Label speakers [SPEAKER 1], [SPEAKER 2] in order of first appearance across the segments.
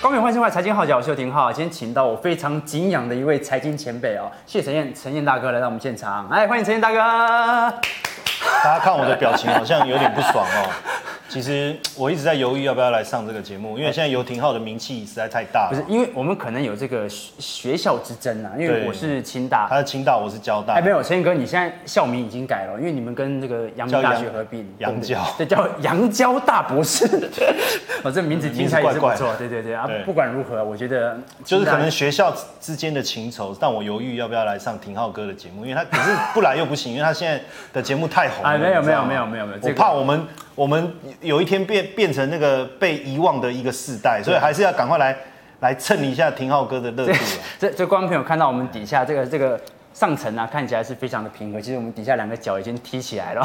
[SPEAKER 1] 高远换新外财经号角，我是廷浩。今天请到我非常敬仰的一位财经前辈哦，谢谢陈燕陈燕大哥来到我们现场，哎，欢迎陈燕大哥。
[SPEAKER 2] 大家看我的表情好像有点不爽哦。其实我一直在犹豫要不要来上这个节目，因为现在游廷浩的名气实在太大
[SPEAKER 1] 不是
[SPEAKER 2] 了。，
[SPEAKER 1] 因为我们可能有这个学学校之争啊，因为
[SPEAKER 2] 对
[SPEAKER 1] 我是清大，
[SPEAKER 2] 他是清大，我是交大
[SPEAKER 1] 哎，，没有，陈彦哥，你现在校名已经改了，因为你们跟这个阳明
[SPEAKER 2] 叫
[SPEAKER 1] 大
[SPEAKER 2] 阳
[SPEAKER 1] 学合并，
[SPEAKER 2] 阳
[SPEAKER 1] 对
[SPEAKER 2] 交
[SPEAKER 1] 对，叫阳交大博 士。哦，这名字听起来也是不
[SPEAKER 2] 名字怪
[SPEAKER 1] 错，对对对啊
[SPEAKER 2] 对。
[SPEAKER 1] 不管如何，我觉得
[SPEAKER 2] 就
[SPEAKER 1] 清
[SPEAKER 2] 是可能
[SPEAKER 1] 大
[SPEAKER 2] 学校之间的情仇，但我犹豫要不要来上廷浩哥的节目，因为他可是不来又不行，因为他现在的节目太红了。
[SPEAKER 1] 哎没有
[SPEAKER 2] 你知道吗
[SPEAKER 1] 没有没有没有没有
[SPEAKER 2] 我
[SPEAKER 1] 这个
[SPEAKER 2] 怕我们我们有一天变变成那个被遗忘的一个世代，所以还是要赶快来来蹭一下廷浩哥的热度啊。
[SPEAKER 1] 这这观众朋友看到我们底下这个这个上层啊，看起来是非常的平和，其实我们底下两个脚已经踢起来了，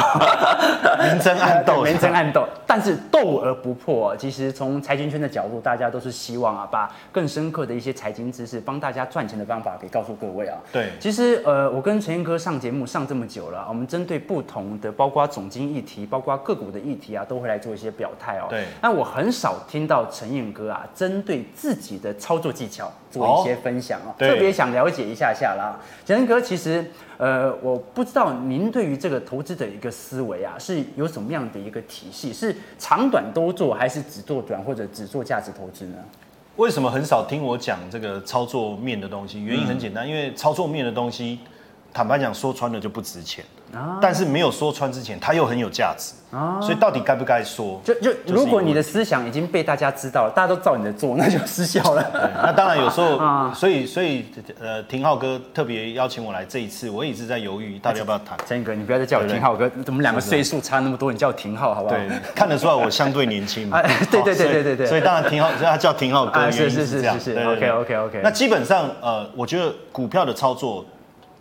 [SPEAKER 2] 明 争暗 斗
[SPEAKER 1] 对明争暗斗，但是斗而不破哦。其实从财经圈的角度，大家都是希望啊，把更深刻的一些财经知识，帮大家赚钱的方法给告诉各位啊。
[SPEAKER 2] 对
[SPEAKER 1] 其实呃，我跟陈彦哥上节目上这么久了，我们针对不同的，包括总经议题，包括个股的议题啊，都会来做一些表态哦。
[SPEAKER 2] 对
[SPEAKER 1] 但我很少听到陈彦哥啊，针对自己的操作技巧做一些分享啊，
[SPEAKER 2] 哦对
[SPEAKER 1] 特别想了解一下下啦。陈彦哥，其实呃，我不知道您对于这个投资的一个思维啊，是有什么样的一个体系？是长短都做，还是只做短或者只做价值投资呢？
[SPEAKER 2] 为什么很少听我讲这个操作面的东西？原因很简单，因为操作面的东西，坦白讲说穿了就不值钱。但是没有说穿之前，它又很有价值。所以到底该不该说？
[SPEAKER 1] 就就
[SPEAKER 2] 一个
[SPEAKER 1] 如果你
[SPEAKER 2] 问
[SPEAKER 1] 的思想已经被大家知道了，大家都照你的做， 那就失效了。
[SPEAKER 2] 对那当然有时候，所以所以呃，廷浩哥特别邀请我来这一次，我一直在犹豫到底要不要谈。
[SPEAKER 1] 陈彦哥，你不要再叫我
[SPEAKER 2] 对
[SPEAKER 1] 廷浩哥，我们两个岁数差那么多，你叫我廷浩好不好？
[SPEAKER 2] 对，哦看得出来我相对年轻嘛
[SPEAKER 1] 哎。对对对
[SPEAKER 2] 好所
[SPEAKER 1] 对
[SPEAKER 2] 以
[SPEAKER 1] 对对
[SPEAKER 2] 所以当然廷浩，所以他叫廷浩哥，
[SPEAKER 1] 啊
[SPEAKER 2] 原
[SPEAKER 1] 是
[SPEAKER 2] 因
[SPEAKER 1] 是
[SPEAKER 2] 是这样。
[SPEAKER 1] 是是是
[SPEAKER 2] 对对对
[SPEAKER 1] OK，OK，OK
[SPEAKER 2] 那基本上呃，我觉得股票的操作，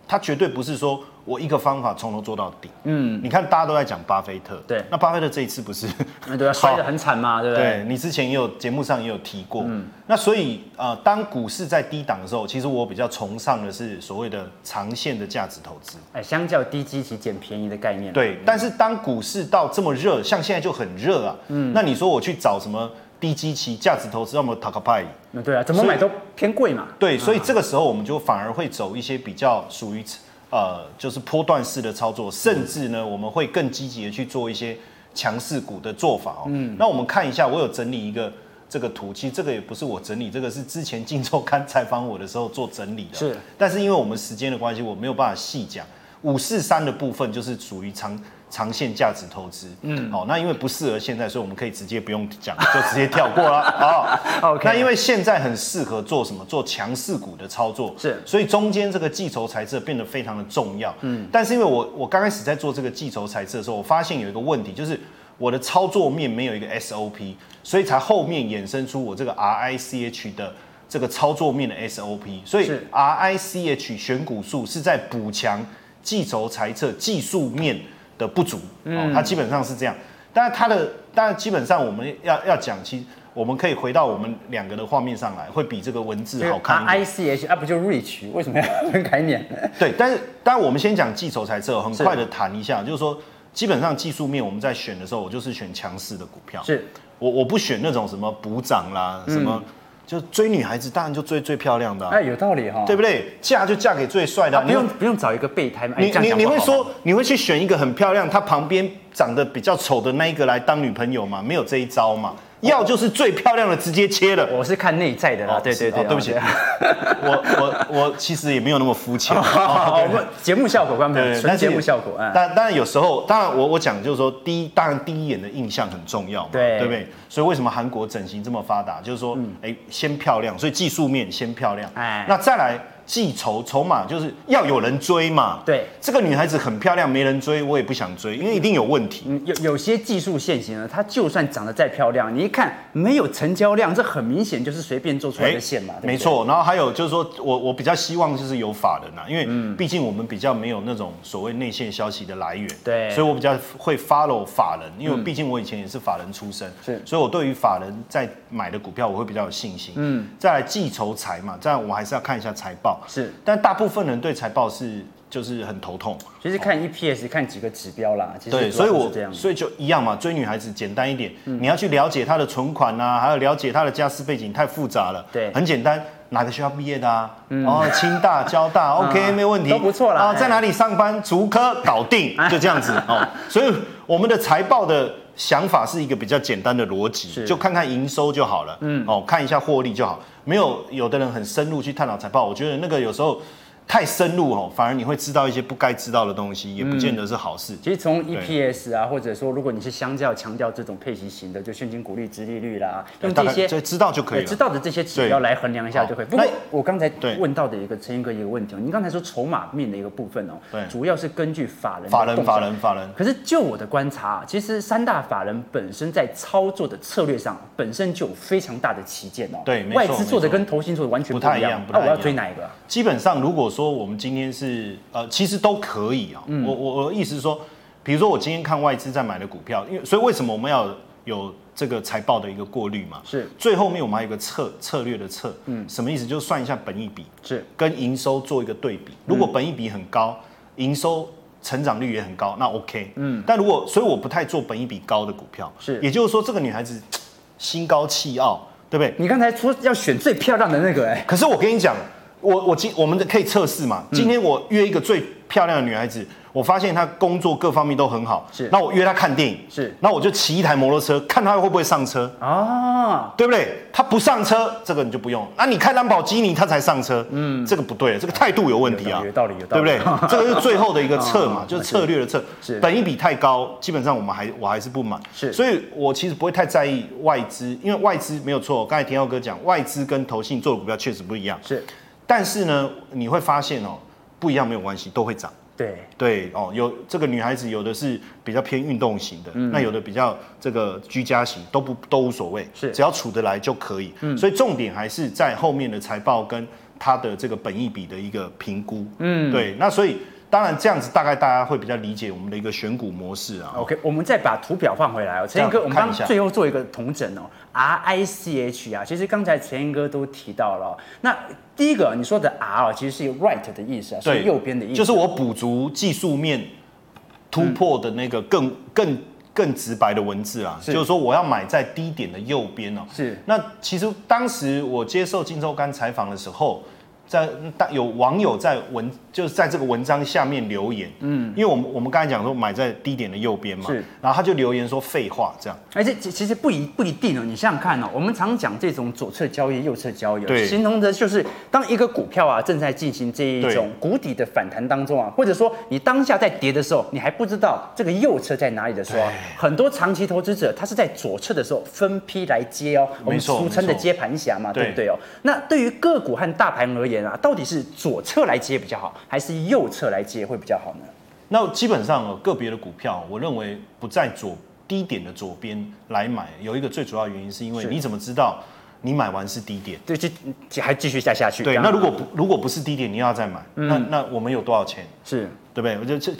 [SPEAKER 2] 它绝对不是说我一个方法从头做到底。嗯，你看大家都在讲巴菲特，
[SPEAKER 1] 对
[SPEAKER 2] 那巴菲特这一次不是
[SPEAKER 1] 那对啊，摔得
[SPEAKER 2] 好
[SPEAKER 1] 很惨嘛， 对不嗯对？
[SPEAKER 2] 对你之前也有节目上也有提过，那所以呃，当股市在低档的时候，其实我比较崇尚的是所谓的长线的价值投资。
[SPEAKER 1] 哎，相较低基期捡便宜的概念。
[SPEAKER 2] 对，但是当股市到这么热，像现在就很热啊，嗯，那你说我去找什么低基期价值投资，要么 t a k a p i
[SPEAKER 1] 嗯，对啊，怎么买都偏贵嘛。
[SPEAKER 2] 对，所以这个时候我们就反而会走一些比较属于呃，就是波段式的操作，甚至呢，我们会更积极的去做一些强势股的做法哦。嗯，那我们看一下，我有整理一个这个图，其实这个也不是我整理，这个是之前《金周刊》采访我的时候做整理的。哦
[SPEAKER 1] 是，
[SPEAKER 2] 但是因为我们时间的关系，我没有办法细讲。五四三的部分就是属于长长线价值投资，嗯，好、那因为不适合现在，所以我们可以直接不用讲，就直接跳过了。哦好
[SPEAKER 1] OK
[SPEAKER 2] 那因为。因为现在很适合做什么？做强势股的操作
[SPEAKER 1] 是
[SPEAKER 2] 所以中间这个计酬财测变得非常的重要。嗯，但是因为我我刚开始在做这个计酬财测的时候，我发现有一个问题，就是我的操作面没有一个 SOP，所以才后面衍生出我这个 RICH 的这个操作面的 SOP。所以
[SPEAKER 1] 是
[SPEAKER 2] RICH 选股数是在补强计酬财测技术面的不足，哦，它基本上是这样。但是它的，当然基本上我们要要讲，其实我们可以回到我们两个的画面上来，会比这个文字好看一点。
[SPEAKER 1] I C H 啊，不就 rich？为什么要分概念？
[SPEAKER 2] 对，但是当然我们先讲技筹才测，很快的谈一下，就是说基本上技术面我们在选的时候，我就是选强势的股票，
[SPEAKER 1] 是嗯
[SPEAKER 2] 我我不选那种什么补涨啦，什么、就追女孩子，当然就追最漂亮的啊、
[SPEAKER 1] 哎，有道理哈。
[SPEAKER 2] 对不对？嫁就嫁给最帅的
[SPEAKER 1] 啊，
[SPEAKER 2] 啊、
[SPEAKER 1] 不
[SPEAKER 2] 你
[SPEAKER 1] 用不用找一个备胎嘛。哎
[SPEAKER 2] 你
[SPEAKER 1] 这样
[SPEAKER 2] 你
[SPEAKER 1] 讲
[SPEAKER 2] 你
[SPEAKER 1] 不好
[SPEAKER 2] 会
[SPEAKER 1] 吗
[SPEAKER 2] 说你会去选一个很漂亮，她旁边长得比较丑的那一个来当女朋友吗？没有这一招
[SPEAKER 1] 哦
[SPEAKER 2] 嘛，要就是最漂亮的直接切了。
[SPEAKER 1] 我是看内在的啦。
[SPEAKER 2] 哦
[SPEAKER 1] 对对
[SPEAKER 2] 是
[SPEAKER 1] 对，
[SPEAKER 2] 哦对不 起，我我我其实也没有那么 肤浅。哦
[SPEAKER 1] 好，我们节目效果，观众朋
[SPEAKER 2] 对
[SPEAKER 1] 友，
[SPEAKER 2] 对，
[SPEAKER 1] 纯
[SPEAKER 2] 但是
[SPEAKER 1] 节目效果。哎，
[SPEAKER 2] 但当然有时候，当然我我讲就是说，第一，当然第一眼的印象很重要嘛，
[SPEAKER 1] 对嗯
[SPEAKER 2] 不对？所以为什么韩国整形这么发达，就是说，哎、先漂亮，所以技术面先漂亮，
[SPEAKER 1] 哎
[SPEAKER 2] 那再来记仇筹码，就是要有人追嘛，
[SPEAKER 1] 对
[SPEAKER 2] 这个女孩子很漂亮，没人追，我也不想追，因为一定有问题。
[SPEAKER 1] 嗯，有有些技术现行呢，它就算长得再漂亮，你一看没有成交量，这很明显就是随便做出来的线嘛。对不对
[SPEAKER 2] 哎没，错。然后还有就是说我我比较希望就是有法人啊，因为
[SPEAKER 1] 嗯
[SPEAKER 2] 毕竟我们比较没有那种所谓内线消息的来源，
[SPEAKER 1] 对嗯
[SPEAKER 2] 所以我比较会 follow 法人，因为毕竟我以前也是法人出身，
[SPEAKER 1] 是
[SPEAKER 2] 所以我对于法人在买的股票我会比较有信心。嗯，再来记仇财嘛，这样我还是要看一下财报，
[SPEAKER 1] 是
[SPEAKER 2] 但大部分人对财报是。就是很头痛。
[SPEAKER 1] 其实看 EPS 看几个指标啦，其实
[SPEAKER 2] 对，
[SPEAKER 1] 主
[SPEAKER 2] 所
[SPEAKER 1] 要
[SPEAKER 2] 以
[SPEAKER 1] 都
[SPEAKER 2] 我
[SPEAKER 1] 是这样。
[SPEAKER 2] 所以就一样嘛，追女孩子简单一点，你要去了解她的存款啊，还有了解她的家世背景，太复杂了。
[SPEAKER 1] 对嗯
[SPEAKER 2] 很简单，哪个学校毕业的啊？哦，清大、交大，OK，没问题，
[SPEAKER 1] 都不错啦
[SPEAKER 2] 啊，
[SPEAKER 1] 哎
[SPEAKER 2] 在哪里上班？竹科搞 定，就这样子哦。所以我们的财报的。想法是一个比较简单的逻辑，
[SPEAKER 1] 是
[SPEAKER 2] 就看看营收就好了，嗯，哦，看一下获利就好。没有有的人很深入去探讨财报，我觉得那个有时候太深入哦，反而你会知道一些不该知道的东西，也不见得是好事。
[SPEAKER 1] 其实从
[SPEAKER 2] 对
[SPEAKER 1] EPS 啊，或者说如果你是相较强调这种配息型的，就现金股利、殖利率啦，用
[SPEAKER 2] 大
[SPEAKER 1] 这
[SPEAKER 2] 概
[SPEAKER 1] 些
[SPEAKER 2] 就知道就可以
[SPEAKER 1] 对
[SPEAKER 2] 了。
[SPEAKER 1] 知道的这些指标
[SPEAKER 2] 对
[SPEAKER 1] 来衡量一下
[SPEAKER 2] 好
[SPEAKER 1] 就可以。不过
[SPEAKER 2] 那
[SPEAKER 1] 我刚才
[SPEAKER 2] 对
[SPEAKER 1] 问到的一个陈英哥一个问题哦，您刚才说筹码面的一个部分哦
[SPEAKER 2] 对，
[SPEAKER 1] 主要是根据法人的
[SPEAKER 2] 法人，
[SPEAKER 1] 动
[SPEAKER 2] 法
[SPEAKER 1] 向
[SPEAKER 2] 人，法人，
[SPEAKER 1] 可是就我的观察、啊，其实三大法人本身在操作的策略上，本身就有非常大的旗舰哦。
[SPEAKER 2] 对没错
[SPEAKER 1] 外资做的
[SPEAKER 2] 没错
[SPEAKER 1] 跟投信做的完全不
[SPEAKER 2] 不太
[SPEAKER 1] 一
[SPEAKER 2] 一
[SPEAKER 1] 样
[SPEAKER 2] 样。不
[SPEAKER 1] 那、
[SPEAKER 2] 太
[SPEAKER 1] 我要
[SPEAKER 2] 一样
[SPEAKER 1] 追哪一个啊？
[SPEAKER 2] 基本上如果说我们今天是呃，其实都可以啊、
[SPEAKER 1] 嗯
[SPEAKER 2] 我我我的意思是说，比如说我今天看外资在买的股票，因为所以为什么我们要有这个财报的一个过滤嘛？
[SPEAKER 1] 是
[SPEAKER 2] 最后面我们还有一个策策略的策，嗯，什么意思？就是算一下本益比
[SPEAKER 1] 是
[SPEAKER 2] 跟营收做一个对
[SPEAKER 1] 嗯
[SPEAKER 2] 比，如果本益比很高，营收。成长率也很高，那 OK，嗯，但如果所以我不太做本益比高的股票，
[SPEAKER 1] 是
[SPEAKER 2] 也就是说这个女孩子心高气傲，对不对？
[SPEAKER 1] 你刚才说要选最漂亮的那个、哎，
[SPEAKER 2] 可是我跟你讲，我我今我们可以测试嘛。今天我约一个最漂亮的女孩子，我发现她工作各方面都很好，
[SPEAKER 1] 是
[SPEAKER 2] 那我约她看电影，
[SPEAKER 1] 是
[SPEAKER 2] 那我就骑一台摩托车，看她会不会上车，
[SPEAKER 1] 啊，
[SPEAKER 2] 对不对？她不上车，这个你就不用。那你开兰博基尼，她才上车，嗯，这个不对了，这个态度有问题啊，
[SPEAKER 1] 有道理有道
[SPEAKER 2] 对
[SPEAKER 1] 理
[SPEAKER 2] 不对？这个是最后的一个策嘛，就是策略的策
[SPEAKER 1] 是。
[SPEAKER 2] 本一比太高，基本上我们还我还是不买。
[SPEAKER 1] 是
[SPEAKER 2] 所以我其实不会太在意外资，因为外资没有错。刚才田耀哥讲，外资跟投信做的股票确实不一样。
[SPEAKER 1] 是，
[SPEAKER 2] 但是呢，你会发现哦，不一样没有关系，都会涨。
[SPEAKER 1] 对，
[SPEAKER 2] 对哦，有这个女孩子有的是比较偏运动型的，那有的比较这个居家型，都不都无所谓，
[SPEAKER 1] 是
[SPEAKER 2] 只要处得来就可以。所以重点还是在后面的财报跟它的这个本益比的一个评估。嗯，对，那所以当然这样子大概大家会比较理解我们的一个选股模式啊。
[SPEAKER 1] OK，我们再把图表放回来哦，陈彦哥，
[SPEAKER 2] 这样
[SPEAKER 1] 我们
[SPEAKER 2] 看
[SPEAKER 1] 刚
[SPEAKER 2] 一下
[SPEAKER 1] 最后做一个统整哦，RICH 啊，其实刚才陈彦哥都提到了哦、那第一个你说的 R 哦其实是 right 的意思啊，是
[SPEAKER 2] 对，
[SPEAKER 1] 右边的意思，
[SPEAKER 2] 就是我补足技术面突破的那个更、更更直白的文字啊，
[SPEAKER 1] 是
[SPEAKER 2] 就是说我要买在低点的右边哦、
[SPEAKER 1] 是
[SPEAKER 2] 那其实当时我接受《金周刊》采访的时候，在当有网友在文就是在这个文章下面留言，嗯，因为我们我们刚才讲说买在低点的右边嘛
[SPEAKER 1] 是，
[SPEAKER 2] 然后他就留言说废话这样，
[SPEAKER 1] 而且其其实不一不一定哦，你想想看哦，我们常讲这种左侧交易、右侧交易哦，
[SPEAKER 2] 对
[SPEAKER 1] 形容的就是当一个股票啊正在进行这一种谷底的反弹当中啊，或者说你当下在跌的时候，你还不知道这个右侧在哪里的时候啊，很多长期投资者他是在左侧的时候分批来接哦，我
[SPEAKER 2] 没
[SPEAKER 1] 们
[SPEAKER 2] 错
[SPEAKER 1] 俗称
[SPEAKER 2] 没
[SPEAKER 1] 的
[SPEAKER 2] 错
[SPEAKER 1] 接盘侠嘛，
[SPEAKER 2] 对
[SPEAKER 1] 对不对哦？那对于个股和大盘而言啊，到底是左侧来接比较好，还是右侧来接会比较好呢？
[SPEAKER 2] 那基本上哦个别的股票，我认为不在左低点的左边来买，有一个最主要原因是因为
[SPEAKER 1] 是
[SPEAKER 2] 你怎么知道你买完是低点？
[SPEAKER 1] 对，就就还继续下下去。这
[SPEAKER 2] 对，
[SPEAKER 1] 样
[SPEAKER 2] 那如果不如果不是低点，你又要再买，那那我们有多少钱？
[SPEAKER 1] 是
[SPEAKER 2] 对不对？我就这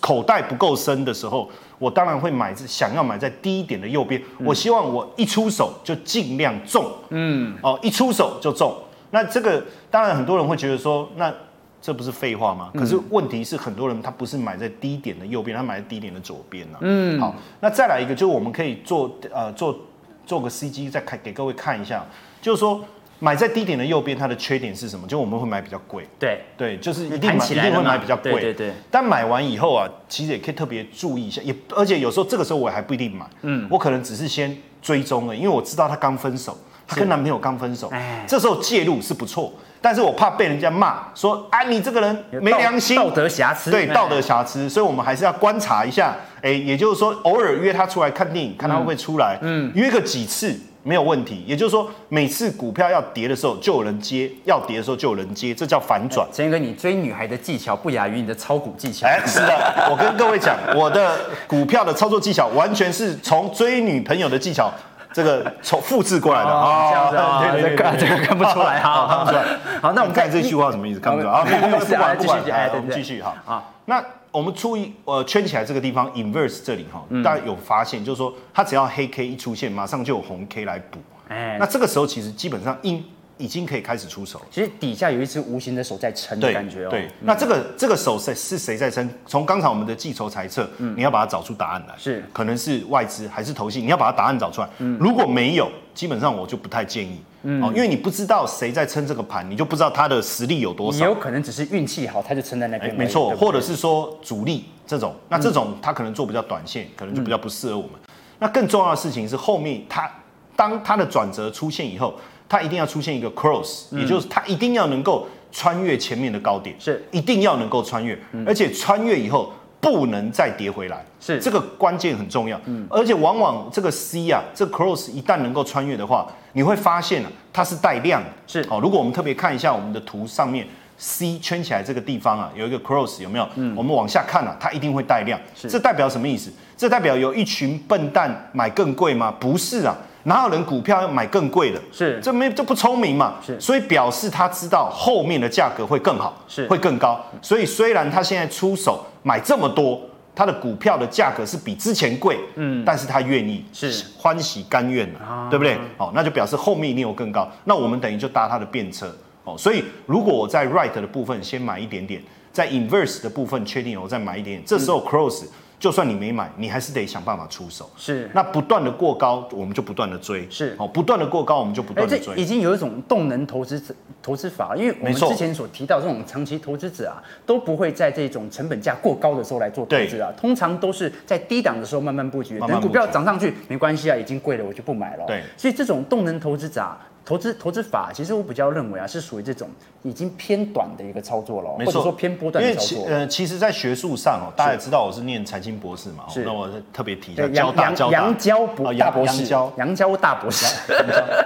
[SPEAKER 2] 口袋不够深的时候，我当然会买，想要买在低一点的右边。我希望我一出手就尽量中，嗯，哦，一出手就中。那这个当然很多人会觉得说，那这不是废话吗？可是问题是，很多人他不是买在低点的右边，他买在低点的左边呢、嗯，好，那再来一个，就是我们可以做呃做做个 CG 再看给各位看一下，就是说买在低点的右边，它的缺点是什么？就我们会买比较贵。
[SPEAKER 1] 对。
[SPEAKER 2] 对，就是一
[SPEAKER 1] 嗯
[SPEAKER 2] 定
[SPEAKER 1] 弹
[SPEAKER 2] 买
[SPEAKER 1] 起
[SPEAKER 2] 一
[SPEAKER 1] 来
[SPEAKER 2] 定
[SPEAKER 1] 了
[SPEAKER 2] 会
[SPEAKER 1] 嘛
[SPEAKER 2] 买比较贵，
[SPEAKER 1] 对对对
[SPEAKER 2] 但买完以后啊，其实也可以特别注意一下，也而且有时候这个时候我还不一定买，嗯，我可能只是先追踪了，因为我知道她刚分手，她跟男朋友刚分手
[SPEAKER 1] 哎，
[SPEAKER 2] 这时候介入是不错，但是我怕被人家骂说啊你这个人没
[SPEAKER 1] 道
[SPEAKER 2] 良心，
[SPEAKER 1] 道德瑕疵，
[SPEAKER 2] 对
[SPEAKER 1] 哎
[SPEAKER 2] 道德瑕疵，所以我们还是要观察一下。哎、也就是说，偶尔约他出来看电影，看他会不会出来。嗯，约个几次没有问题。也就是说，每次股票要跌的时候就有人接，要跌的时候就有人接，这叫反转。
[SPEAKER 1] 陈哥，你追女孩的技巧不亚于你的炒股技巧。
[SPEAKER 2] 哎，是的，我跟各位讲，我的股票的操作技巧完全是从追女朋友的技巧这个从复制过来的
[SPEAKER 1] 哦，这样子啊，
[SPEAKER 2] 对对
[SPEAKER 1] 这
[SPEAKER 2] 对
[SPEAKER 1] 个
[SPEAKER 2] 对哦
[SPEAKER 1] 这个看不出来哈，
[SPEAKER 2] 看不出来。
[SPEAKER 1] 好，那我们
[SPEAKER 2] 看这
[SPEAKER 1] 一
[SPEAKER 2] 句话什么意思？看不出来啊，没有没
[SPEAKER 1] 没
[SPEAKER 2] 有
[SPEAKER 1] 事
[SPEAKER 2] 不管
[SPEAKER 1] 啊
[SPEAKER 2] 不管
[SPEAKER 1] 继续，哎
[SPEAKER 2] 哎
[SPEAKER 1] 对
[SPEAKER 2] 我们
[SPEAKER 1] 对
[SPEAKER 2] 继续哈。
[SPEAKER 1] 啊
[SPEAKER 2] 啊，那我们注意呃圈起来这个地方 inverse 这里哈，
[SPEAKER 1] 嗯
[SPEAKER 2] 大家有发现就是说，它只要黑 K 一出现，马上就有红 K 来补。
[SPEAKER 1] 哎
[SPEAKER 2] 那这个时候其实基本上应已经可以开始出手了。
[SPEAKER 1] 其实底下有一只无形的手在撑的
[SPEAKER 2] 对，
[SPEAKER 1] 感觉哦。
[SPEAKER 2] 对，那这个这个手是是谁在撑？从刚才我们的计酬猜测，你要把它找出答案来，
[SPEAKER 1] 嗯是嗯
[SPEAKER 2] 可能是外资还是投信，你要把它答案找出来。如果没有，基本上我就不太建议，哦，因为你不知道谁在撑这个盘，你就不知道他的实力有多
[SPEAKER 1] 也
[SPEAKER 2] 少。
[SPEAKER 1] 有可能只是运气好，他就撑在那
[SPEAKER 2] 哎，
[SPEAKER 1] 边而已。
[SPEAKER 2] 没
[SPEAKER 1] 对
[SPEAKER 2] 错，
[SPEAKER 1] 不对嗯
[SPEAKER 2] 或者是说主力这种，那这种他可能做比较短线，可能就比较不适合我们。那更重要的事情是后面他当他的转折出现以后，他一定要出现一个 cross，、也
[SPEAKER 1] 嗯
[SPEAKER 2] 就是他一定要能够穿越前面的高点，
[SPEAKER 1] 是嗯
[SPEAKER 2] 一定要能够穿越，而且穿越以后。不能再跌回来，
[SPEAKER 1] 是
[SPEAKER 2] 这个关键很重要。而且往往这个 C 啊，这 cross 一旦能够穿越的话，你会发现啊，它是带量的，
[SPEAKER 1] 是
[SPEAKER 2] 好、如果我们特别看一下我们的图上面 C 圈起来这个地方啊，有一个 cross 有没有？我们往下看啊，它一定会带量。这代表什么意思？这代表有一群笨蛋买更贵吗？不是啊，哪有人股票要买更贵的？
[SPEAKER 1] 是
[SPEAKER 2] 这没这不聪明嘛？
[SPEAKER 1] 是
[SPEAKER 2] 所以表示他知道后面的价格会更好，
[SPEAKER 1] 是
[SPEAKER 2] 会更高。所以虽然他现在出手买这么多。他的股票的价格是比之前贵，嗯，但是他愿意
[SPEAKER 1] 是啊
[SPEAKER 2] 欢喜甘愿的、对不对？哦，那就表示后面一定有更高，那我们等于就搭它的便车哦。所以如果我在 right 的部分先买一点点，在 inverse 的部分确定我再买一点点，这时候 cross、就算你没买，你还是得想办法出手。
[SPEAKER 1] 是。
[SPEAKER 2] 那不断的过高，我们就不断的追，
[SPEAKER 1] 是
[SPEAKER 2] 哦，不断的过高，我们就不
[SPEAKER 1] 哎，
[SPEAKER 2] 断
[SPEAKER 1] 这
[SPEAKER 2] 的追。
[SPEAKER 1] 已经有一种动能投资者投资法了，因为我
[SPEAKER 2] 没
[SPEAKER 1] 们
[SPEAKER 2] 错
[SPEAKER 1] 之前所提到这种长期投资者啊，都不会在这种成本价过高的时候来做投资啊，通常都是在低档的时候慢慢布局，
[SPEAKER 2] 慢慢
[SPEAKER 1] 等股票
[SPEAKER 2] 布局
[SPEAKER 1] 涨上去没关系啊，已经贵了我就不买了。
[SPEAKER 2] 对
[SPEAKER 1] 所以这种动能投资者啊。投资投资法，其实我比较认为啊，是属于这种已经偏短的一个操作了，或
[SPEAKER 2] 没
[SPEAKER 1] 者
[SPEAKER 2] 错，
[SPEAKER 1] 说偏波段
[SPEAKER 2] 因
[SPEAKER 1] 的
[SPEAKER 2] 为
[SPEAKER 1] 操
[SPEAKER 2] 其
[SPEAKER 1] 作。
[SPEAKER 2] 呃，其实，在学术上哦，大家也知道我是念财经博士嘛，哦
[SPEAKER 1] 是
[SPEAKER 2] 那我特别提一下
[SPEAKER 1] 对，
[SPEAKER 2] 交
[SPEAKER 1] 杨
[SPEAKER 2] 大
[SPEAKER 1] 杨
[SPEAKER 2] 交大
[SPEAKER 1] 杨娇
[SPEAKER 2] 哦
[SPEAKER 1] 博
[SPEAKER 2] 杨
[SPEAKER 1] 大博
[SPEAKER 2] 杨
[SPEAKER 1] 士
[SPEAKER 2] 交，
[SPEAKER 1] 杨娇大博士，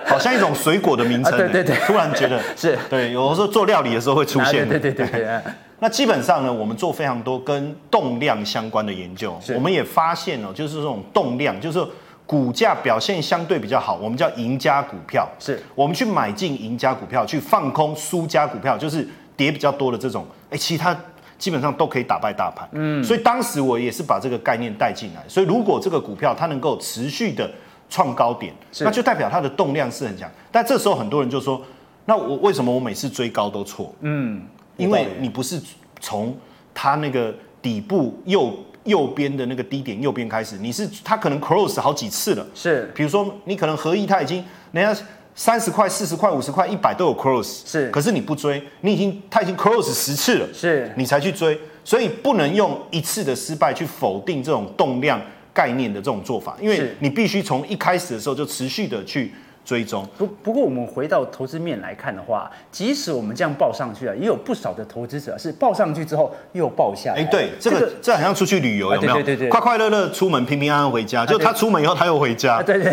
[SPEAKER 2] 好像一种水果的名 称、
[SPEAKER 1] 啊对对对
[SPEAKER 2] 突然觉得
[SPEAKER 1] 是
[SPEAKER 2] 对，有的时候做料理的时候会出
[SPEAKER 1] 啊
[SPEAKER 2] 现、
[SPEAKER 1] 对对对对对，啊
[SPEAKER 2] 那基本上呢，我们做非常多跟动量相关的研究，我们也发现哦，就是这种动量，就是股价表现相对比较好，我们叫赢家股票，
[SPEAKER 1] 是
[SPEAKER 2] 我们去买进赢家股票，去放空输家股票，就是跌比较多的这种，哎、其他。基本上都可以打败大盘，嗯，所以当时我也是把这个概念带进来。所以如果这个股票它能够持续的创高点，
[SPEAKER 1] 是
[SPEAKER 2] 那就代表它的动量是很强。但这时候很多人就说，那我为什么我每次追高都错？
[SPEAKER 1] 啊
[SPEAKER 2] 因为你不是从它那个底部右右边的那个低点右边开始，你是它可能 cross 好几次了。
[SPEAKER 1] 是
[SPEAKER 2] 比如说你可能合一它已经人家三十块、四十块、五十块、一百都有 cross，
[SPEAKER 1] 是
[SPEAKER 2] 可是你不追，你已经它已经 cross 十次了，
[SPEAKER 1] 是
[SPEAKER 2] 你才去追，所以不能用一次的失败去否定这种动量概念的这种做法，因为
[SPEAKER 1] 是
[SPEAKER 2] 你必须从一开始的时候就持续的去追踪。
[SPEAKER 1] 不不过，我们回到投资面来看的话，即使我们这样报上去啊，也有不少的投资者是报上去之后又报下来。
[SPEAKER 2] 哎、对，这个这好像出去旅游
[SPEAKER 1] 啊
[SPEAKER 2] 有没有？
[SPEAKER 1] 对对对对啊
[SPEAKER 2] 快快乐乐出门，平平安安回家。就
[SPEAKER 1] 对
[SPEAKER 2] 他出门以后，他又回家
[SPEAKER 1] 啊。 对 对，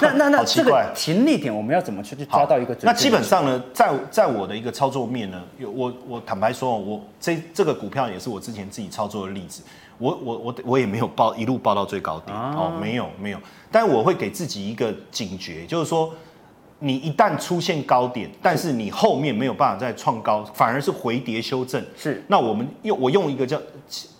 [SPEAKER 1] 那那那
[SPEAKER 2] 好奇
[SPEAKER 1] 这
[SPEAKER 2] 怪
[SPEAKER 1] 个停利点我们要怎么去去抓到一个准确的？
[SPEAKER 2] 那基本上呢，在在我的一个操作面呢，有我我坦白说哦，我这这个股票也是我之前自己操作的例子。我我我我也没有报一路报到最高点、
[SPEAKER 1] 啊
[SPEAKER 2] 哦，没有没有。但我会给自己一个警觉，就是说，你一旦出现高点，但是你后面没有办法再创高，反而是回跌修正。
[SPEAKER 1] 是
[SPEAKER 2] 那我们用我用一个叫，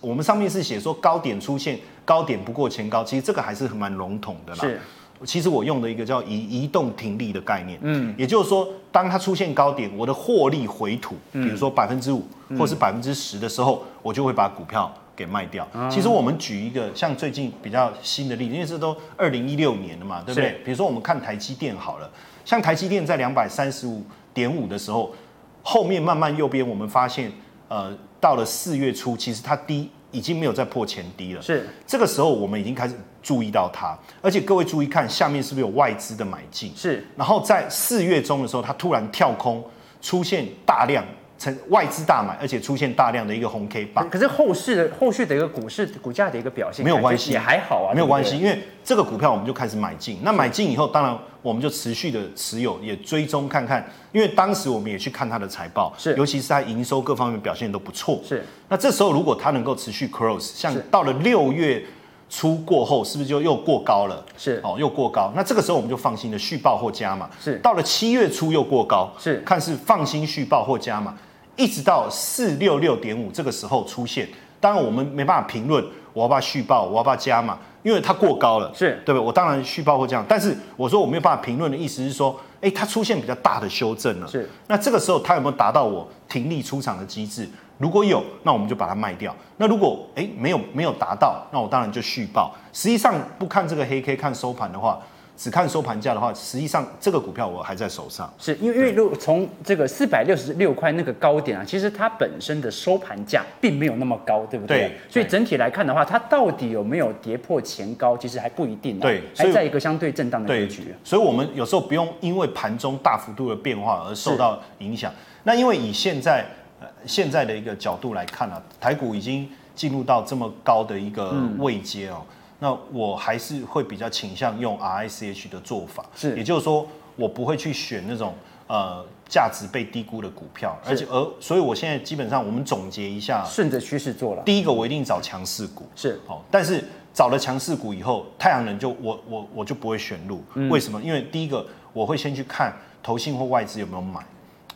[SPEAKER 2] 我们上面是写说高点出现，高点不过前高，其实这个还是蛮笼统的啦。
[SPEAKER 1] 是
[SPEAKER 2] 其实我用的一个叫移移动停利的概念，嗯，也就是说，当它出现高点，我的获利回吐，比如说百分之五或是百分之十的时候，我就会把股票给卖掉。其实我们举一个像最近比较新的例子，因为这都二零一六年了嘛，对不对
[SPEAKER 1] 是？
[SPEAKER 2] 比如说我们看台积电好了，像台积电在两百三十五点五的时候，后面慢慢右边我们发现，呃，到了四月初，其实它低已经没有再破前低了。
[SPEAKER 1] 是
[SPEAKER 2] 这个时候我们已经开始注意到它，而且各位注意看下面是不是有外资的买进？
[SPEAKER 1] 是
[SPEAKER 2] 然后在四月中的时候，它突然跳空出现大量成外资大买，而且出现大量的一个红 K 棒，
[SPEAKER 1] 可是后市的后续的一个股市股价的一个表现，
[SPEAKER 2] 啊没有关系
[SPEAKER 1] 感觉也还好啊，
[SPEAKER 2] 没
[SPEAKER 1] 对不对
[SPEAKER 2] 有关系，。因为这个股票我们就开始买进。那买进以后，当然我们就持续的持有，也追踪看看，因为当时我们也去看它的财报，
[SPEAKER 1] 是
[SPEAKER 2] 尤其是它营收各方面表现都不错。
[SPEAKER 1] 是，
[SPEAKER 2] 那这时候如果它能够持续 close，像
[SPEAKER 1] 是
[SPEAKER 2] 到了六月初过后，是不是就又过高了？
[SPEAKER 1] 是
[SPEAKER 2] 哦，又过高。那这个时候我们就放心的续报或加码。
[SPEAKER 1] 是
[SPEAKER 2] 到了七月初又过高，
[SPEAKER 1] 是
[SPEAKER 2] 看是放心续报或加码，一直到四六六点五这个时候出现。当然我们没办法评论，我要不要续报，我要不要加码，因为它过高了，
[SPEAKER 1] 是
[SPEAKER 2] 对不对？我当然续报或加码，但是我说我没有办法评论的意思是说，哎，它出现比较大的修正了。
[SPEAKER 1] 是，
[SPEAKER 2] 那这个时候它有没有达到我停利出场的机制？如果有，那我们就把它卖掉。那如果哎没有没有达到，那我当然就续报。实际上不看这个黑 K，看收盘的话，只看收盘价的话，实际上这个股票我还在手上。
[SPEAKER 1] 是因为因为如果从这个四百六十六块那个高点啊，其实它本身的收盘价并没有那么高，对不对？
[SPEAKER 2] 对
[SPEAKER 1] 所以整体来看的话，它到底有没有跌破前高，其实还不一定、啊。
[SPEAKER 2] 对所以
[SPEAKER 1] 还在一个相对震荡的格
[SPEAKER 2] 对
[SPEAKER 1] 局。，啊
[SPEAKER 2] 所以我们有时候不用因为盘中大幅度的变化而受到影响。那因为以现在呃现在的一个角度来看啊，台股已经进入到这么高的一个位阶哦，那我还是会比较倾向用 RICH 的做法，
[SPEAKER 1] 是
[SPEAKER 2] 也就是说我不会去选那种呃价值被低估的股票，而且而所以我现在基本上我们总结一下，
[SPEAKER 1] 顺着趋势做了。
[SPEAKER 2] 第一个我一定找强势股，
[SPEAKER 1] 是
[SPEAKER 2] 好、但是找了强势股以后，太阳能就我我我就不会选入，
[SPEAKER 1] 嗯
[SPEAKER 2] 为什么？因为第一个我会先去看投信或外资有没有买，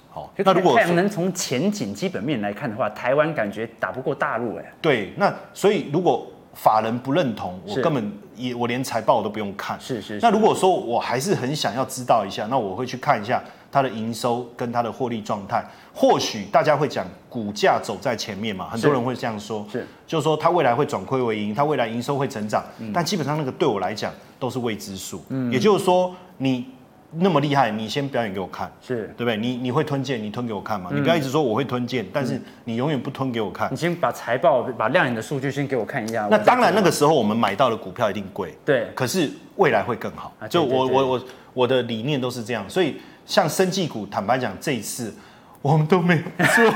[SPEAKER 2] 好、
[SPEAKER 1] 就
[SPEAKER 2] 那如果
[SPEAKER 1] 太阳能从前景基本面来看的话，台湾感觉打不过大陆哎、
[SPEAKER 2] 对，那所以如果法人不认同，我
[SPEAKER 1] 是
[SPEAKER 2] 根本也我连财报我都不用看，
[SPEAKER 1] 是是是
[SPEAKER 2] 那如果说我还是很想要知道一下，那我会去看一下它的营收跟它的获利状态。或许大家会讲股价走在前面嘛，很多
[SPEAKER 1] 是
[SPEAKER 2] 人会这样说，
[SPEAKER 1] 是，
[SPEAKER 2] 就是说它未来会转亏为盈，它未来营收会成长，
[SPEAKER 1] 嗯
[SPEAKER 2] 但基本上那个对我来讲都是未知数。嗯，也就是说你那么厉害，你先表演给我看。
[SPEAKER 1] 是
[SPEAKER 2] 对不对？你你会吞剑，你吞给我看嘛？
[SPEAKER 1] 嗯
[SPEAKER 2] 你不要一直说我会吞剑，但是你永远不吞给我看
[SPEAKER 1] 你。先把财报、把亮眼的数据先给我看一下。
[SPEAKER 2] 那
[SPEAKER 1] 我再
[SPEAKER 2] 当然，
[SPEAKER 1] 看
[SPEAKER 2] 那个时候我们买到的股票一定贵，
[SPEAKER 1] 对
[SPEAKER 2] 可是未来会更好
[SPEAKER 1] 啊。
[SPEAKER 2] 就
[SPEAKER 1] 对对
[SPEAKER 2] 我
[SPEAKER 1] 对
[SPEAKER 2] 我我我的理念都是这样，所以像生技股，坦白讲，这一次我们都没有 做。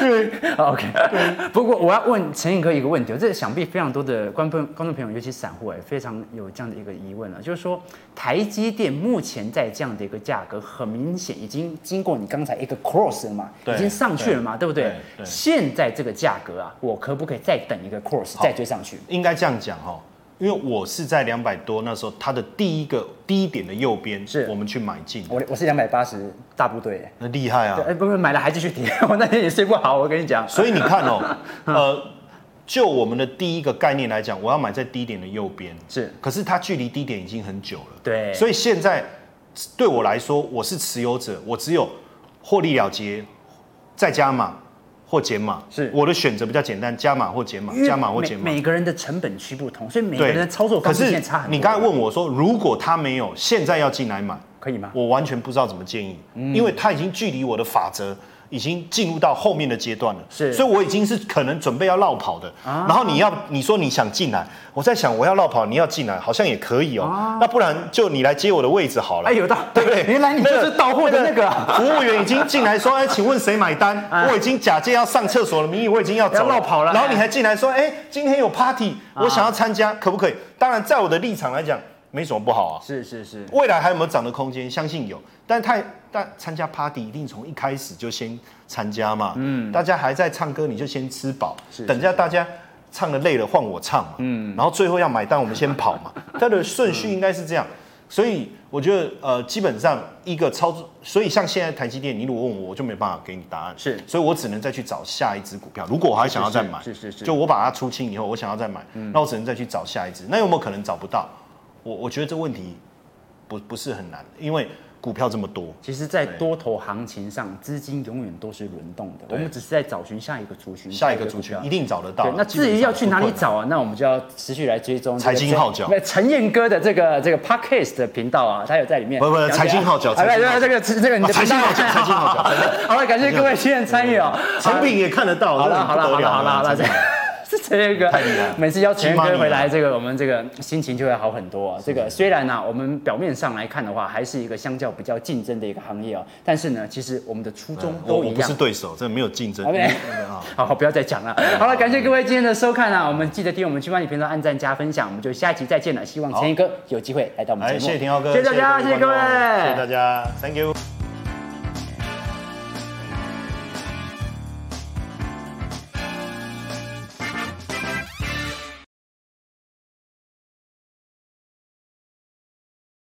[SPEAKER 2] 对，
[SPEAKER 1] OK，不过我要问陈颖哥一个问题，这想必非常多的观众观众朋友，尤其散户哎，非常有这样的一个疑问了，就是说台积电目前在这样的一个价格，很明显已经经过你刚才一个 cross 了嘛，
[SPEAKER 2] 对
[SPEAKER 1] 已经上去了嘛，对不对
[SPEAKER 2] 对对
[SPEAKER 1] 现在这个价格啊，我可不可以再等一个 cross 再追上去？
[SPEAKER 2] 应该这样讲哦，因为我是在两百多那时候，它的第一个第一点的右边
[SPEAKER 1] 是
[SPEAKER 2] 我们去买进的，
[SPEAKER 1] 我我是两百八十大部队哎，
[SPEAKER 2] 那厉害啊
[SPEAKER 1] 对，！哎不不买了还继续跌， 我那天也睡不好，我跟你讲，
[SPEAKER 2] 所以你看 哦，呃，就我们的第一个概念来讲，我要买在低点的右边，
[SPEAKER 1] 是
[SPEAKER 2] 可是它距离低点已经很久了。
[SPEAKER 1] 对
[SPEAKER 2] 所以现在对我来说，我是持有者，我只有获利了结，再加码或减码。
[SPEAKER 1] 是
[SPEAKER 2] 我的选择比较简单，加码或减码
[SPEAKER 1] 因，为
[SPEAKER 2] 加码或减码
[SPEAKER 1] 每。每个人的成本区不同，所以每个
[SPEAKER 2] 对，
[SPEAKER 1] 人的操作方
[SPEAKER 2] 可
[SPEAKER 1] 式
[SPEAKER 2] 是
[SPEAKER 1] 现在差很多。
[SPEAKER 2] 你刚才问我说，如果他没有，现在要进来买，
[SPEAKER 1] 可以吗？
[SPEAKER 2] 我完全不知道怎么建议，
[SPEAKER 1] 嗯
[SPEAKER 2] 因为它已经距离我的法则已经进入到后面的阶段了，
[SPEAKER 1] 是啊
[SPEAKER 2] 所以我已经是可能准备要绕跑的。然后你要你说你想进来，我在想我要绕跑，你要进来好像也可以哦、那不然就你来接我的位置好了。
[SPEAKER 1] 啊哎，有道，
[SPEAKER 2] 对不对？
[SPEAKER 1] 原来你就是到货的那个啊，
[SPEAKER 2] 服务员已经进来说：“哎，请问谁买单？我已经假借要上厕所的名义，我已经要走
[SPEAKER 1] 要绕跑了啊
[SPEAKER 2] 然后你还进来说：“哎，今天有 party，我想要参加，可不可以？”当然，在我的立场来讲，没什么不好啊。
[SPEAKER 1] 是是是，
[SPEAKER 2] 未来还有没有涨的空间？相信有，但太但参加 party 一定从一开始就先参加嘛，嗯，大家还在唱歌，你就先吃饱，
[SPEAKER 1] 是
[SPEAKER 2] 等一下大家唱的累了换我唱嘛，嗯，然后最后要买单我们先跑嘛，它的顺序应该是这样，所以我觉得呃基本上一个操作，所以像现在台积电，你如果问我，我就没办法给你答案，
[SPEAKER 1] 是
[SPEAKER 2] 所以我只能再去找下一只股票，如果我还想要再买，
[SPEAKER 1] 是是是是
[SPEAKER 2] 就我把它出清以后，我想要再买，
[SPEAKER 1] 嗯
[SPEAKER 2] 那我只能再去找下一只，那有没有可能找不到？我我觉得这问题不不是很难，因为股票这么多，
[SPEAKER 1] 其实，在多头行情上，资金永远都是轮动的，我们只是在找寻下一个族群，
[SPEAKER 2] 下一个族群
[SPEAKER 1] 股
[SPEAKER 2] 一
[SPEAKER 1] 票。
[SPEAKER 2] 定找得到
[SPEAKER 1] 对，。那至于要去哪里
[SPEAKER 2] 基本上不
[SPEAKER 1] 找啊？
[SPEAKER 2] 困难？
[SPEAKER 1] 那我们就要持续来追踪这个
[SPEAKER 2] 财经号角
[SPEAKER 1] 对陈燕哥的这个这个 podcast 的频道啊，他有在里面。
[SPEAKER 2] 不不
[SPEAKER 1] 了解啊
[SPEAKER 2] 财经号角
[SPEAKER 1] 啊不
[SPEAKER 2] 财经号角啊
[SPEAKER 1] 这个这个你的
[SPEAKER 2] 财
[SPEAKER 1] 频
[SPEAKER 2] 经
[SPEAKER 1] 道
[SPEAKER 2] 号角财经号角。
[SPEAKER 1] 好了，感谢各位今天的参与哦。
[SPEAKER 2] 产品也看得到，
[SPEAKER 1] 好了好了好
[SPEAKER 2] 真的很不
[SPEAKER 1] 了
[SPEAKER 2] 得
[SPEAKER 1] 好了好了，
[SPEAKER 2] 真
[SPEAKER 1] 这
[SPEAKER 2] 的
[SPEAKER 1] 是陈彦哥
[SPEAKER 2] 太厉害了，
[SPEAKER 1] 每次邀陈彦
[SPEAKER 2] 金
[SPEAKER 1] 哥
[SPEAKER 2] 妈咪
[SPEAKER 1] 回
[SPEAKER 2] 啊
[SPEAKER 1] 来，这个我们这个心情就会好很多、啊。这个虽然呢、我们表面上来看的话，还是一个相较比较竞争的一个行业哦，但是呢，其实我们的初衷
[SPEAKER 2] 我
[SPEAKER 1] 都
[SPEAKER 2] 我
[SPEAKER 1] 一
[SPEAKER 2] 不
[SPEAKER 1] 样啊
[SPEAKER 2] 是。对手，真的没有竞 争。
[SPEAKER 1] OK，
[SPEAKER 2] 啊
[SPEAKER 1] 好，好不要再讲了。
[SPEAKER 2] 嗯
[SPEAKER 1] 好了，感谢各位今天的收看啊！我们记得订阅我们去帮你频道按赞加分享，我们就下一期再见了。希望陈彦哥有机会来到我们节
[SPEAKER 2] 来，
[SPEAKER 1] 目。
[SPEAKER 2] 谢谢廷浩哥，
[SPEAKER 1] 谢谢大家，谢谢各
[SPEAKER 2] 各位
[SPEAKER 1] 位，
[SPEAKER 2] 观众谢谢大家，Thank you。